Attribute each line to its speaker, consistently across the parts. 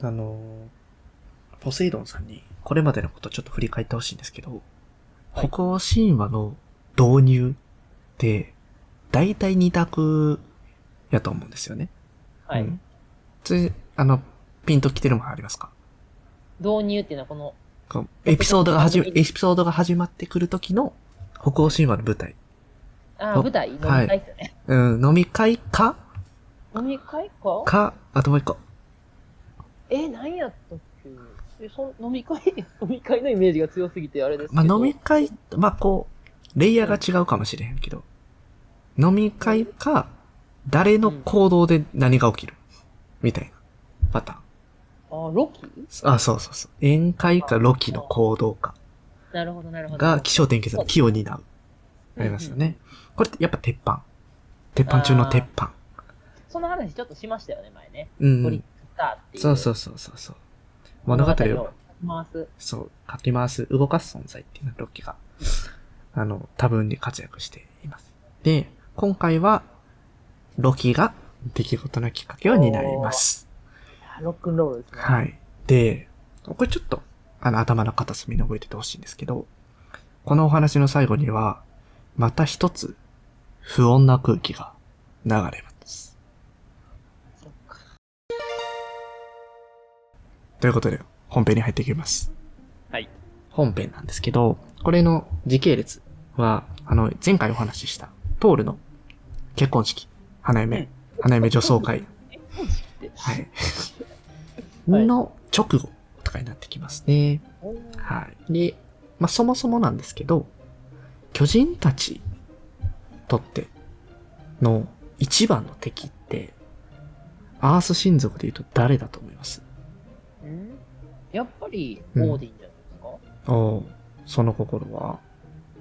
Speaker 1: あの、ポセイドンさんにこれまでのことをちょっと振り返ってほしいんですけど、
Speaker 2: はい
Speaker 1: 北欧神話の導入って、大体二択やと思うんですよね。
Speaker 2: はい。
Speaker 1: うん。それ、あの、ピンときてるものありますか
Speaker 2: 導入っていうのはこの、
Speaker 1: こうエピソードが始め、エ
Speaker 2: うん
Speaker 1: ピソードが始まってくる時の北欧神話の舞台。
Speaker 2: あー
Speaker 1: お
Speaker 2: 舞台飲み会ですよね。
Speaker 1: うん、飲み会か
Speaker 2: 飲み会か
Speaker 1: か、あともう一個。
Speaker 2: え、何やったっけえ、そん飲み会 飲み会のイメージが強すぎてあれですけ
Speaker 1: まあ、
Speaker 2: ど。
Speaker 1: 飲み会、まあ、こう、レイヤーが違うかもしれへんけど、飲み会か、誰の行動で何が起きるみたいなパタ
Speaker 2: あー、ロキ
Speaker 1: ーン。あ、そうそうそう。宴会かロキの行動か
Speaker 2: なるほど、なるほど。
Speaker 1: が気象転結の気を担う。ありますよ
Speaker 2: うんうん。
Speaker 1: ね。これってやっぱ鉄板。鉄板中の鉄板。
Speaker 2: その話ちょっとしましたよね、前ね。
Speaker 1: う
Speaker 2: トリッ
Speaker 1: ん
Speaker 2: ク。さーっていう。。
Speaker 1: そうそううそうそうそう。物語を
Speaker 2: 回す。
Speaker 1: そう、かき回す、動かす存在っていうのはロッキーが、あの、多分に活躍しています。で、今回は、ロキが出来事のきっかけを担います。
Speaker 2: あロックンロールですね。い。
Speaker 1: はい。で、これちょっと、あの、頭の片隅に覚えててほしいんですけど、このお話の最後には、また一つ、不穏な空気が流れます。
Speaker 2: そっか
Speaker 1: ということで、本編に入っていきます。
Speaker 2: はい。
Speaker 1: 本編なんですけど、これの時系列は、あの、前回お話しした、トールの結婚式、花
Speaker 2: う
Speaker 1: 嫁
Speaker 2: ん、
Speaker 1: 花嫁女装会、
Speaker 2: で
Speaker 1: はい。
Speaker 2: はい
Speaker 1: の直後とかになってきますね。
Speaker 2: おー
Speaker 1: はい。で、まあ、そもそもなんですけど、巨人たちにとっての一番の敵って、アース親族で言うと誰だと思います
Speaker 2: うんやっぱり、オーディンじゃないですか、
Speaker 1: おうその心は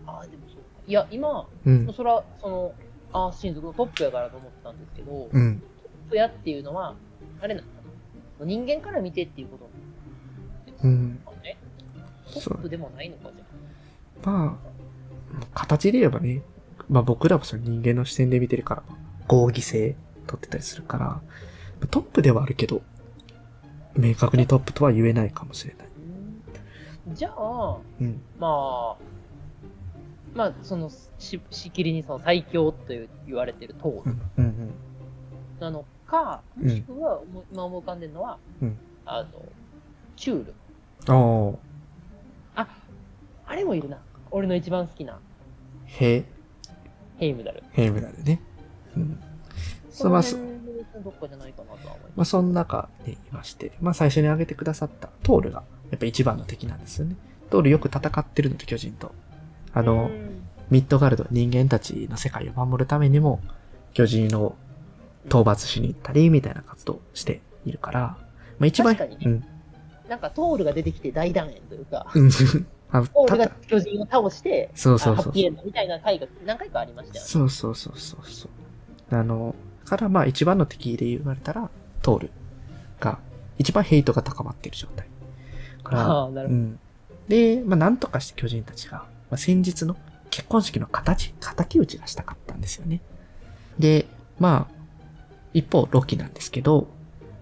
Speaker 2: ああ、でもそうか。いや、今、
Speaker 1: うん。
Speaker 2: そら、その、アース親族のトップやからと思ったんですけど、
Speaker 1: うん。
Speaker 2: トップやっていうのは、あれなのかな人間から見てっていうこと
Speaker 1: うん。
Speaker 2: なのかね。ト
Speaker 1: そ
Speaker 2: ッ
Speaker 1: う。
Speaker 2: プでもないのかじゃ
Speaker 1: まあ、形で言えばね、まあ僕らはその人間の視点で見てるから、合議制取ってたりするから、まあトップではあるけど、明確にトップとは言えないかもしれない。
Speaker 2: あ。じゃあ、
Speaker 1: うん。
Speaker 2: まあ、まあ、その、し、しきりにその最強という言われてる党
Speaker 1: うん。うん。
Speaker 2: なのか、
Speaker 1: うん
Speaker 2: もしくは、思い今思い浮かんでるのは、
Speaker 1: うん
Speaker 2: あの、チュール。
Speaker 1: うん。ああ。
Speaker 2: あれもいるな。俺の一番好きな
Speaker 1: へ、
Speaker 2: ヘイムダル。
Speaker 1: ヘイムラでね。うん。そうまあ、そ
Speaker 2: この辺のどっかじゃないかなとは思い
Speaker 1: ま
Speaker 2: ま
Speaker 1: あ、その中にいまして、まあ、最初に挙げてくださったトールが、やっぱ一番の敵なんですよね。トールよく戦ってるので、巨人と。あ
Speaker 2: す。
Speaker 1: の、
Speaker 2: うん
Speaker 1: ミッドガルド、人間たちの世界を守るためにも、巨人を討伐しに行ったり、みたいな活動をしているから、まあ一番、
Speaker 2: 確かに
Speaker 1: うん。
Speaker 2: なんかトールが出てきて大断円というか、
Speaker 1: うん。 あの、
Speaker 2: トール
Speaker 1: た
Speaker 2: が巨人を倒して、
Speaker 1: そう
Speaker 2: あ
Speaker 1: そう
Speaker 2: ハ
Speaker 1: そ
Speaker 2: ッ
Speaker 1: う
Speaker 2: ピーエンドみたいな回が何回かありましたよね。
Speaker 1: そうそうそうそうそう。あの、からまあ一番の敵で言われたら、トールが、一番ヘイトが高まっている状態。から、
Speaker 2: ああ、なる
Speaker 1: う
Speaker 2: ほど。
Speaker 1: ん。で、まあなんとかして巨人たちが、まあ、先日の結婚式の形、仇討ちがしたかったんですよね。で、まあ、一方、ロキなんですけど、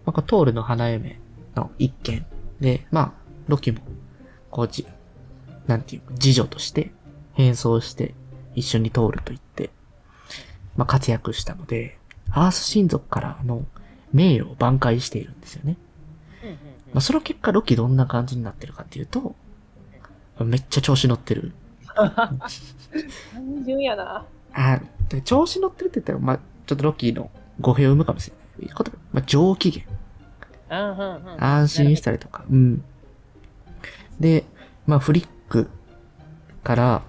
Speaker 1: まあ、こうトールの花嫁の一件で、まあ、ロキも、こうじ、なんていうか、次女として、変装して、一緒にトールと言って、まあ、活躍したので、アース親族からの名誉を挽回しているんですよね。
Speaker 2: うんうんうん
Speaker 1: まあ、その結果、ロキどんな感じになってるかっていうと、めっちゃ調子乗ってる。
Speaker 2: 単純やな。
Speaker 1: あで調子乗ってるって言ったら、まあ、ちょっとロキの語弊を生むかもしれない。ことまあ、上機嫌。
Speaker 2: あんはんはん
Speaker 1: 安心したりとか。うん。で、まあ、フリックから、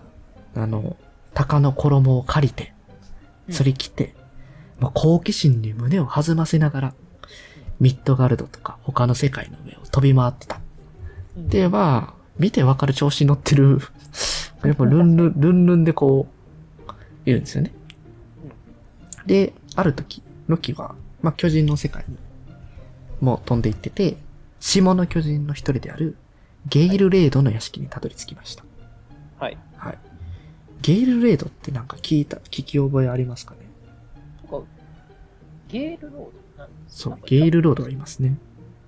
Speaker 1: あの、鷹の衣を借りて、
Speaker 2: うん
Speaker 1: それ着て、まあ、好奇心に胸を弾ませながら、ミッドガルドとか他の世界の上を飛び回ってた。
Speaker 2: うん
Speaker 1: で、まあ、見てわかる調子に乗って る。やっぱルンルン、ルンルンでこう、いるんですよね。で、ある時、ロキは、まあ、巨人の世界に、もう飛んでいってて、下の巨人の一人である、ゲイルレードの屋敷にたどり着きました。
Speaker 2: はい。
Speaker 1: はい。ゲイルレードってなんか聞いた、聞き覚えありますかね
Speaker 2: なんかゲールロードなん
Speaker 1: そう
Speaker 2: なん、か
Speaker 1: ゲイルロードがいますね。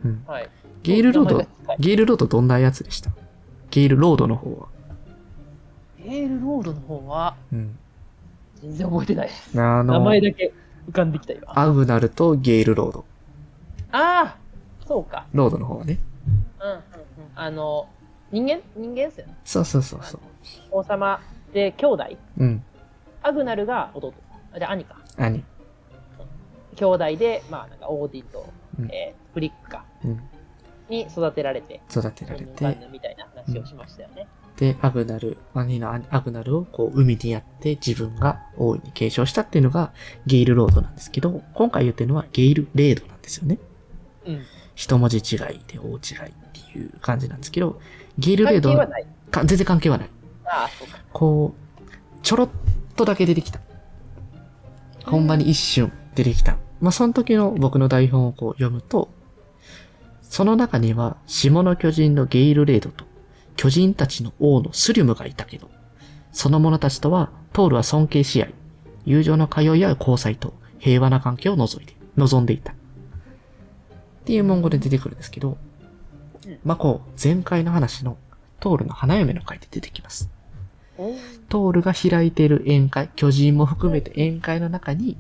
Speaker 1: うん。
Speaker 2: はい。
Speaker 1: ゲイルロー
Speaker 2: 名
Speaker 1: ド
Speaker 2: 前が、近い
Speaker 1: ゲイルロードどんなやつでしたゲイルロードの方は。
Speaker 2: ゲイルロードの方は、
Speaker 1: うん。
Speaker 2: 全然覚えてない。
Speaker 1: あ
Speaker 2: 名
Speaker 1: の、
Speaker 2: 前だけ浮かんできたよ。あ
Speaker 1: アブナルとゲイルロード。
Speaker 2: あー、そうか。
Speaker 1: ロードの方はね。
Speaker 2: うんうんうん。あの、人間人間っすよね。
Speaker 1: そうそうそうそう。
Speaker 2: 王様で兄弟。
Speaker 1: うん。
Speaker 2: アグナルが弟。あじゃあ兄か。
Speaker 1: 兄。
Speaker 2: 兄弟で、まあ、なんかオーディンと、
Speaker 1: うん
Speaker 2: えーフリックか。
Speaker 1: うん。
Speaker 2: に育てられて、
Speaker 1: 育てられ
Speaker 2: 人間
Speaker 1: て。
Speaker 2: みたいな話をしましたよね。
Speaker 1: で、アグナル、兄のアグナルをこう海にやって自分が大いに継承したっていうのがゲイルロードなんですけど、今回言ってるのはゲイルレードなんですよね。
Speaker 2: うん。
Speaker 1: 一文字違いで大違いっていう感じなんですけど、ゲイルレー
Speaker 2: 関
Speaker 1: ド
Speaker 2: 係は
Speaker 1: は
Speaker 2: ない。
Speaker 1: か全然関係はない。
Speaker 2: ああ、そうか。
Speaker 1: こう、ちょろっとだけ出てきた。ほんまに一瞬出てきた。まあ、その時の僕の台本をこう読むと、その中には、下の巨人のゲイルレードと、巨人たちの王のスリュムがいたけど、その者たちとは、トールは尊敬し合い、友情の通い合う交際と、平和な関係を望いで、望んでいた。っていう文言で出てくるんですけど
Speaker 2: うん、
Speaker 1: まあ、こう、前回の話の、トールの花嫁の回で出てきます。
Speaker 2: おー
Speaker 1: トールが開いている宴会、巨人も含めて宴会の中に、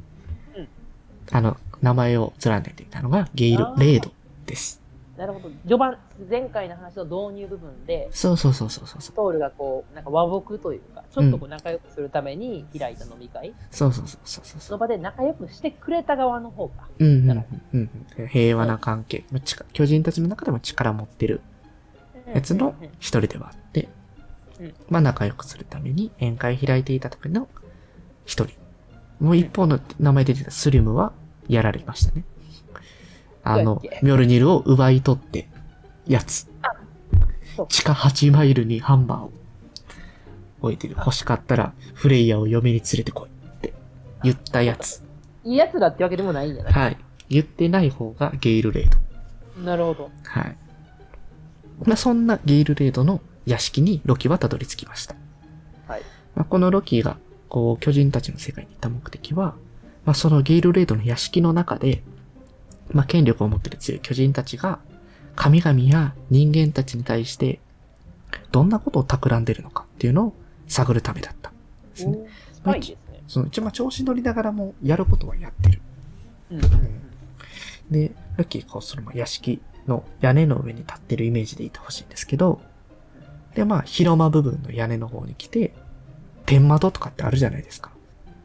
Speaker 2: うん
Speaker 1: あの、名前を連ねていたのがゲイル・
Speaker 2: あー
Speaker 1: レードです。
Speaker 2: なるほど。序盤、前回の話の導入部分で、
Speaker 1: そうそうそうそうそう。
Speaker 2: トールがこう、なんか和睦というか、ちょっとこう仲良くするために開いた飲み会、
Speaker 1: そうそうそうそうそう
Speaker 2: その場で仲良くしてくれた側の方か。
Speaker 1: うんうんうんうん、平和な関係、まあちか巨人たちの中でも力持ってるやつの
Speaker 2: うんうん
Speaker 1: 一人ではあって
Speaker 2: うん、
Speaker 1: まあ仲良くするために宴会開いていた時の一人。もう一方の名前で出てたスリムはやられましたね。あの
Speaker 2: そうやっ、け
Speaker 1: ミョルニルを奪い取って、やつ
Speaker 2: あそう。
Speaker 1: 地下8マイルにハンマーを置いてる。欲しかったらフレイヤーを嫁に連れてこいって言ったやつ。
Speaker 2: いいやつだってわけでもないんじゃない、
Speaker 1: はい。言ってない方がゲイルレード。
Speaker 2: なるほど。
Speaker 1: はい。まあ、そんなゲイルレードの屋敷にロキはたどり着きました。
Speaker 2: はい。
Speaker 1: まあ、このロキが、こう、巨人たちの世界に行った目的は、まあ、そのゲイルレードの屋敷の中で、まあ、権力を持ってる強い巨人たちが、神々や人間たちに対して、どんなことを企んでるのかっていうのを探るためだったんですね。
Speaker 2: おースパイですね。
Speaker 1: その一応、まあ、調子乗りながらも、やることはやってる。
Speaker 2: うんうんうん
Speaker 1: で、ロキ、こう、そのまあ屋敷の屋根の上に立ってるイメージでいてほしいんですけど、で、まあ、広間部分の屋根の方に来て、天窓とかってあるじゃないですか。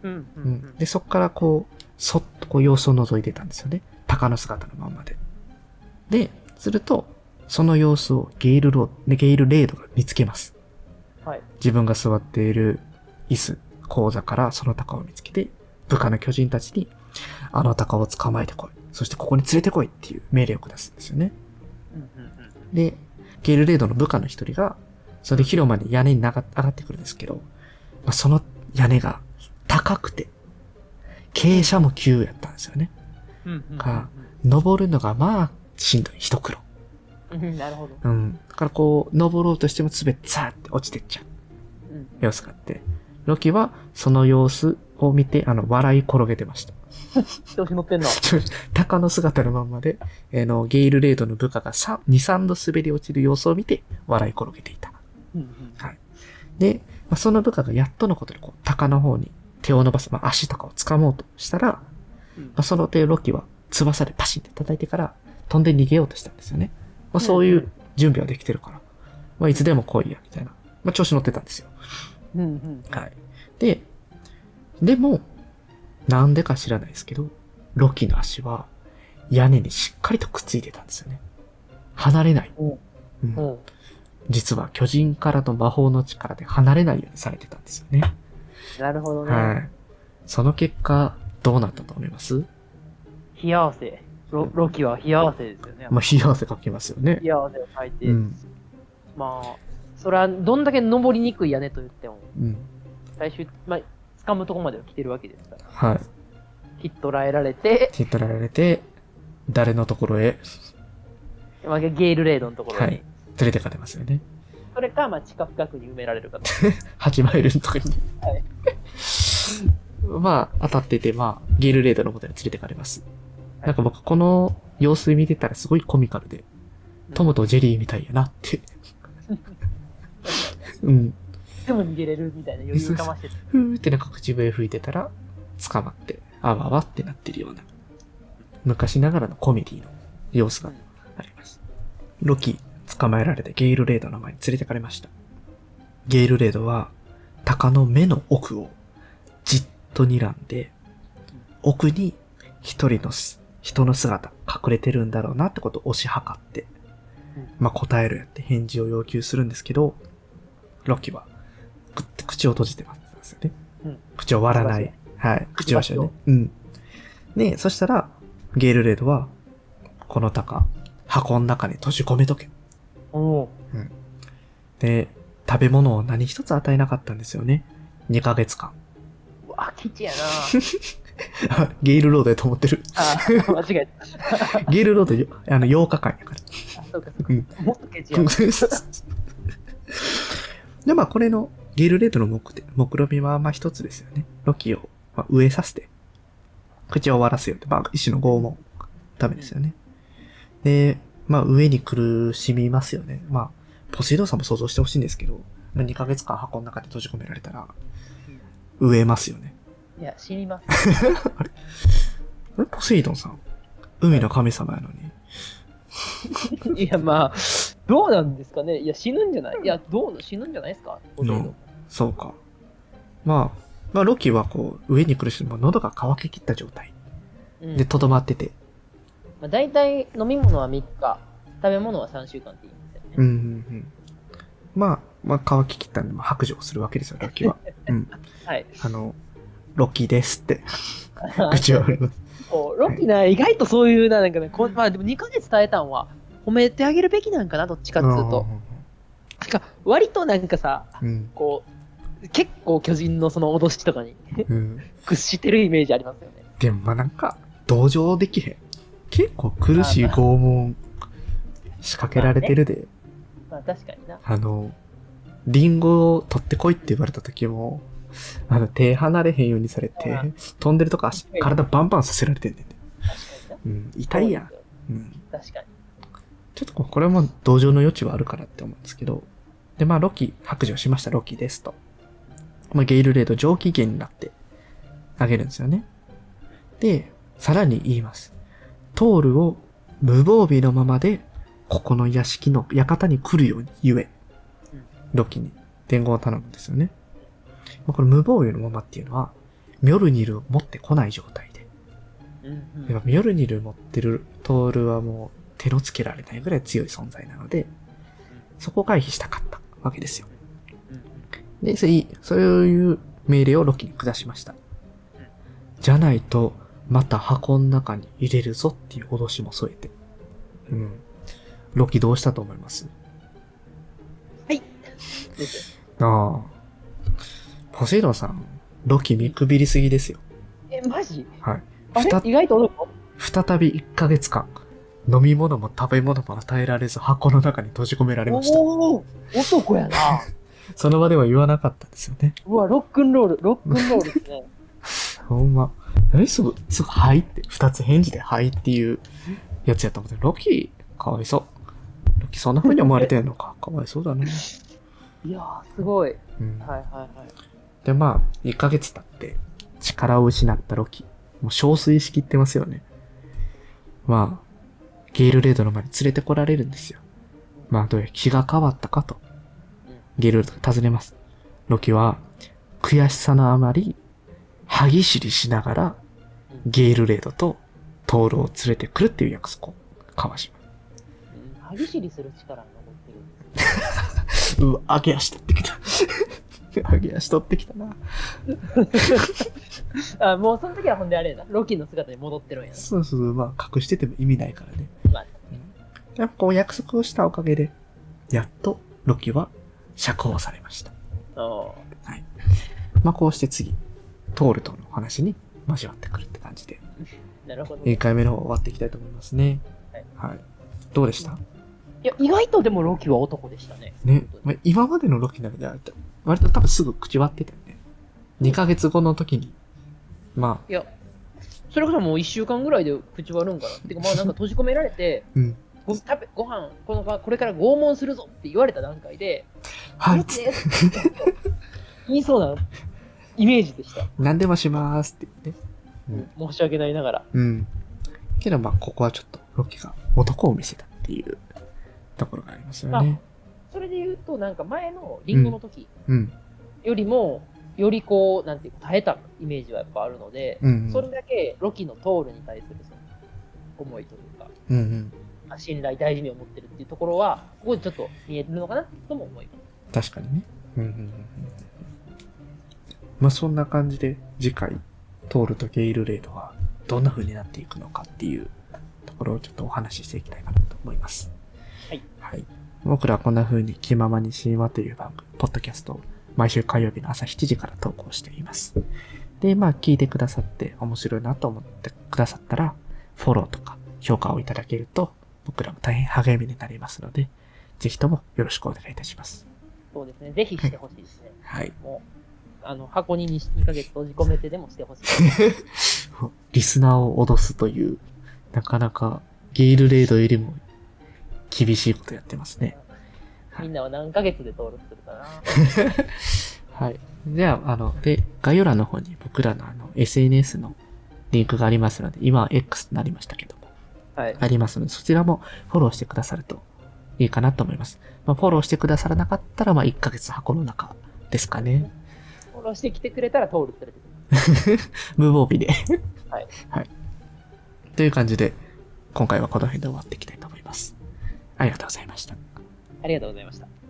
Speaker 2: うんう
Speaker 1: うん
Speaker 2: うん
Speaker 1: ん。で、そこからこう、そっとこう様子を覗いてたんですよね。鷹の姿のまんまで。で、すると、その様子をゲイルロー、ゲイルレードが見つけます。
Speaker 2: はい。
Speaker 1: 自分が座っている椅子、講座からその鷹を見つけて、部下の巨人たちに、あの鷹を捕まえてこい。そしてここに連れてこいっていう命令を下すんですよね。
Speaker 2: うんうんうん
Speaker 1: で、ゲイルレードの部下の一人が、それで広間に屋根になが上がってくるんですけど、まあ、その屋根が高くて、傾斜も急やったんですよね。
Speaker 2: うんうんうん
Speaker 1: か登るのがまあ、しんどい、一苦労。
Speaker 2: うんなるほど。
Speaker 1: うん。だからこう、登ろうとしても滑って、ザーって落ちてっちゃう。
Speaker 2: うん
Speaker 1: 様子があって、ロキはその様子を見て、あの、笑い転げてました。
Speaker 2: 調子乗ってんの。
Speaker 1: 鷹の姿のまんまで、あの、ゲイルレードの部下がさ2、3度滑り落ちる様子を見て、笑い転げていた。
Speaker 2: うんうん
Speaker 1: で、まあ、その部下がやっとのことで、こう、鷹の方に手を伸ばす、まあ、足とかを掴もうとしたら、ま
Speaker 2: うん
Speaker 1: あ、その手をロキは翼でパシンって叩いてから、飛んで逃げようとしたんですよね。まあ、そういう準備はできてるから、まあ、いつでも来いや、みたいな。まあ、調子乗ってたんですよ。
Speaker 2: うんうん
Speaker 1: はい。で、でも、なんでか知らないですけど、ロキの足は屋根にしっかりとくっついてたんですよね。離れない。
Speaker 2: お
Speaker 1: うん
Speaker 2: うん
Speaker 1: 実は巨人からの魔法の力で離れないようにされてたんですよね。
Speaker 2: なるほど
Speaker 1: は
Speaker 2: ね。
Speaker 1: い。その結果、どうなったと思います
Speaker 2: 冷や汗。ロロキは冷や汗ですよね。
Speaker 1: まあ、冷や汗かきますよね
Speaker 2: 冷。や汗をかいて
Speaker 1: う。ん。
Speaker 2: まあ、それはどんだけ登りにくい屋根と言っても、
Speaker 1: うん。
Speaker 2: 最終、まあ、掴むとこまでは来てるわけですから。
Speaker 1: はい。
Speaker 2: きっとらえられて、
Speaker 1: 手取られて、誰のところへ
Speaker 2: まあ、ゲイルレードのところに。
Speaker 1: はい連れてかれますよね。
Speaker 2: それか、まあ、地下深くに埋められるかと。
Speaker 1: 8マイルのとこに。
Speaker 2: はい
Speaker 1: まあ、当たってて、まあ、ゲールレードのことに連れてかれます。
Speaker 2: はい
Speaker 1: なんか僕、この様子見てたらすごいコミカルで、トムとジェリーみたいやな って。うん。
Speaker 2: すぐ逃げれるみたいな余裕かましてた。
Speaker 1: ふーってなんか口笛吹いてたら、捕まって、あわわってなってるような、昔ながらのコメディの様子があります。ロキ、捕まえられてゲイルレードの前に連れてかれました。ゲイルレードは、鷹の目の奥をじっと睨んで、奥に一人のす人の姿、隠れてるんだろうなってことを推し量って
Speaker 2: うん、
Speaker 1: まあ、答えるやって返事を要求するんですけど、ロキは、ぐって口を閉じてますんですよね。
Speaker 2: うん
Speaker 1: 口を割らな
Speaker 2: く
Speaker 1: い
Speaker 2: ち。
Speaker 1: はい。
Speaker 2: く
Speaker 1: 口
Speaker 2: ち
Speaker 1: を
Speaker 2: ば
Speaker 1: し
Speaker 2: し
Speaker 1: よ
Speaker 2: を
Speaker 1: ね。うん。で、そしたら、ゲールレードは、この鷹、箱の中に閉じ込めとけ。
Speaker 2: おお
Speaker 1: で、食べ物を何一つ与えなかったんですよね。2ヶ月間。
Speaker 2: ー。うわ、基地やな
Speaker 1: あゲイルロードやと思ってる。
Speaker 2: あー、間違えた。
Speaker 1: ゲイルロードよ、あの、8日間やから。
Speaker 2: あそうか。
Speaker 1: うん。
Speaker 2: もっとケチやな。
Speaker 1: で、まあ、これの、ゲールレードの目的、目論見は、まあ、一つですよね。ロキを、まあ、植えさせて、口を終わらせようって、まあ、一種の拷問、ダメですよね。で、まあ、上に苦しみますよね。まあ、ポセイドンさんも想像してほしいんですけど、まあ、2ヶ月間箱の中で閉じ込められたら、植えますよね。
Speaker 2: いや、死にます。
Speaker 1: あれポセイドンさん、海の神様やのに、
Speaker 2: いや、まあ、どうなんですかね。いや、死ぬんじゃないいや、どうな死ぬんじゃないですかほとんど
Speaker 1: のそうか。まあ、まあ、ロキはこう、上に来るし、もう喉が乾ききった状態
Speaker 2: うん
Speaker 1: でとどまってて、
Speaker 2: まあ、大体飲み物は3日、食べ物は3週間って言いますよね。
Speaker 1: うん、うん、うん。まあ、まあ、乾ききったんで、まあ、白状するわけですよ、ロキ は。うん。
Speaker 2: はい。
Speaker 1: あの、ロキです って、口を割ります。
Speaker 2: こうロッキーな、意外とそういうな、なんかね、こんまあでも2ヶ月耐えたんは、褒めてあげるべきなんかな、どっちかっつうと。てか、割となんかさ、
Speaker 1: うん、
Speaker 2: こう、結構巨人のその脅しとかに
Speaker 1: うん。
Speaker 2: 屈してるイメージありますよね。
Speaker 1: でも、まあ、なんか、同情できへん。結構苦しい拷問仕掛けられてるで、
Speaker 2: まあ確かにな。
Speaker 1: あの、リンゴを取ってこいって言われた時も、あの、手離れへんようにされて
Speaker 2: ああ、
Speaker 1: 飛んでるとか足体バンバンさせられてんねんね。
Speaker 2: 確かに
Speaker 1: うん、
Speaker 2: な。
Speaker 1: 痛いやん
Speaker 2: そう。です
Speaker 1: うん。
Speaker 2: よ確かに。
Speaker 1: ちょっとこれも同情の余地はあるからって思うんですけど。で、まあ、ロキ、白状しました、ロキですと。まあ、ゲイルレード上機嫌になってあげるんですよね。で、さらに言います。トールを無防備のままで、ここの屋敷の館に来るように言え
Speaker 2: うん。
Speaker 1: ロキに伝言を頼むんですよね。まあ、この無防備のままっていうのは、ミョルニルを持ってこない状態で。
Speaker 2: うん、う
Speaker 1: で
Speaker 2: ん。
Speaker 1: もミョルニル持ってるトールはもう手のつけられないぐらい強い存在なので、そこを回避したかったわけですよ。
Speaker 2: うん
Speaker 1: で、そういそういう命令をロキに下しました。じゃないと、また箱の中に入れるぞっていう脅しも添えて。うん。ロキどうしたと思います
Speaker 2: どうぞ
Speaker 1: ああ。ポセイドンさん、ロキ見くびりすぎですよ。
Speaker 2: え、マジ
Speaker 1: はい。
Speaker 2: あれ
Speaker 1: ふた
Speaker 2: 意外とおるの
Speaker 1: 再び1ヶ月間、飲み物も食べ物も与えられず箱の中に閉じ込められました。
Speaker 2: おお男やな。
Speaker 1: その場では言わなかったですよね。
Speaker 2: うわ、ロックンロール、ロックンロールですね。
Speaker 1: ほんま。何すぐ、すぐ、はいって、二つ返事で、はいっていうやつやと思って、ロキ、かわいそう。ロキ、そんな風に思われてんのか。かわいそうだね。
Speaker 2: いやー、すごい。はい
Speaker 1: うん。
Speaker 2: はいはい。
Speaker 1: で、まあ、1ヶ月経って、力を失ったロキ。もう、憔悴しきってますよね。まあ、ゲイルレードの前に連れてこられるんですよ。まあ、どうやら気が変わったかと
Speaker 2: うん。
Speaker 1: ゲイルレードが尋ねます。ロキは、悔しさのあまり、歯ぎしりしながら、
Speaker 2: うん
Speaker 1: ゲイルレードとトールを連れてくるっていう約束を交わしま
Speaker 2: 歯ぎしりする力が残ってる。
Speaker 1: す。うわ、揚げ足取ってき た。揚げ足取ってきたな。
Speaker 2: あもうその時はほんであれやな、ロキの姿に戻ってるんや
Speaker 1: そうそうそう、まあ隠してても意味ないからね。
Speaker 2: な。まあ、
Speaker 1: やっぱこう約束をしたおかげで、やっとロキは釈放されました。
Speaker 2: あ
Speaker 1: まあこうして次、トールとのお話に交わってくるって感じで、
Speaker 2: ーなるほど。
Speaker 1: 1
Speaker 2: い
Speaker 1: 回目の方終わっていきたいと思いますね。はい。どうでした
Speaker 2: や、意外とでもロキは男でしたね。
Speaker 1: ね
Speaker 2: そういう、こ
Speaker 1: まあ今までのロキなので割と、割と多分すぐ口割ってたよね。2ヶ月後の時に、まあ、
Speaker 2: とでそれこそもう1週間ぐらいで口割るんかな。てかまあなんか閉じ込められて、
Speaker 1: うん。
Speaker 2: ご食べご飯このこれから拷問するぞって言われた段階で、
Speaker 1: はい
Speaker 2: 待って言いそうなイメージでした。
Speaker 1: 何でもしますって言って。
Speaker 2: 申し訳ないながら。
Speaker 1: うん。けどまあ、ここはちょっとロキが男を見せたっていうところがありますよね。
Speaker 2: それで言うと、なんか前のリンゴの時
Speaker 1: うん。
Speaker 2: よりも、よりこう、なんていうか、耐えたイメージはやっぱあるので、
Speaker 1: うん。
Speaker 2: それだけロキのトールに対するその思いというか、
Speaker 1: うんうん。
Speaker 2: まあ信頼、大事に思ってるっていうところは、ここでちょっと見えるのかなとも思います。
Speaker 1: 確かにね。うんうんうんうん。まあ、そんな感じで、次回、トールとゲイルレードはどんな風になっていくのかっていうところをちょっとお話ししていきたいかなと思います。
Speaker 2: はい。
Speaker 1: はい。僕らはこんな風に気ままに神話という番組、ポッドキャストを毎週火曜日の朝7時から投稿しています。で、まあ、聞いてくださって面白いなと思ってくださったら、フォローとか評価をいただけると、僕らも大変励みになりますので、ぜひともよろしくお願いいたします。
Speaker 2: そうですね。ぜひしてほしいですね。
Speaker 1: はい。
Speaker 2: もう、あの、箱に 2, 2ヶ月閉じ込めてでもしてほしい。
Speaker 1: リスナーを脅すという、なかなかゲイルレードよりも厳しいことやってますね。
Speaker 2: みんなは何ヶ月で登録するかな。
Speaker 1: はい。じゃあ、あの、で、概要欄の方に僕らのあの、SNS のリンクがありますので、今は X となりましたけども、
Speaker 2: はい。
Speaker 1: ありますので、そちらもフォローしてくださるといいかなと思います。まあ、フォローしてくださらなかったら、まあ、1ヶ月箱の中ですかね。
Speaker 2: フォローしてきてくれたら登録されてくる。
Speaker 1: 無防備で。
Speaker 2: はい。
Speaker 1: はい。という感じで、今回はこの辺で終わっていきたいと思います。ありがとうございました。
Speaker 2: ありがとうございました。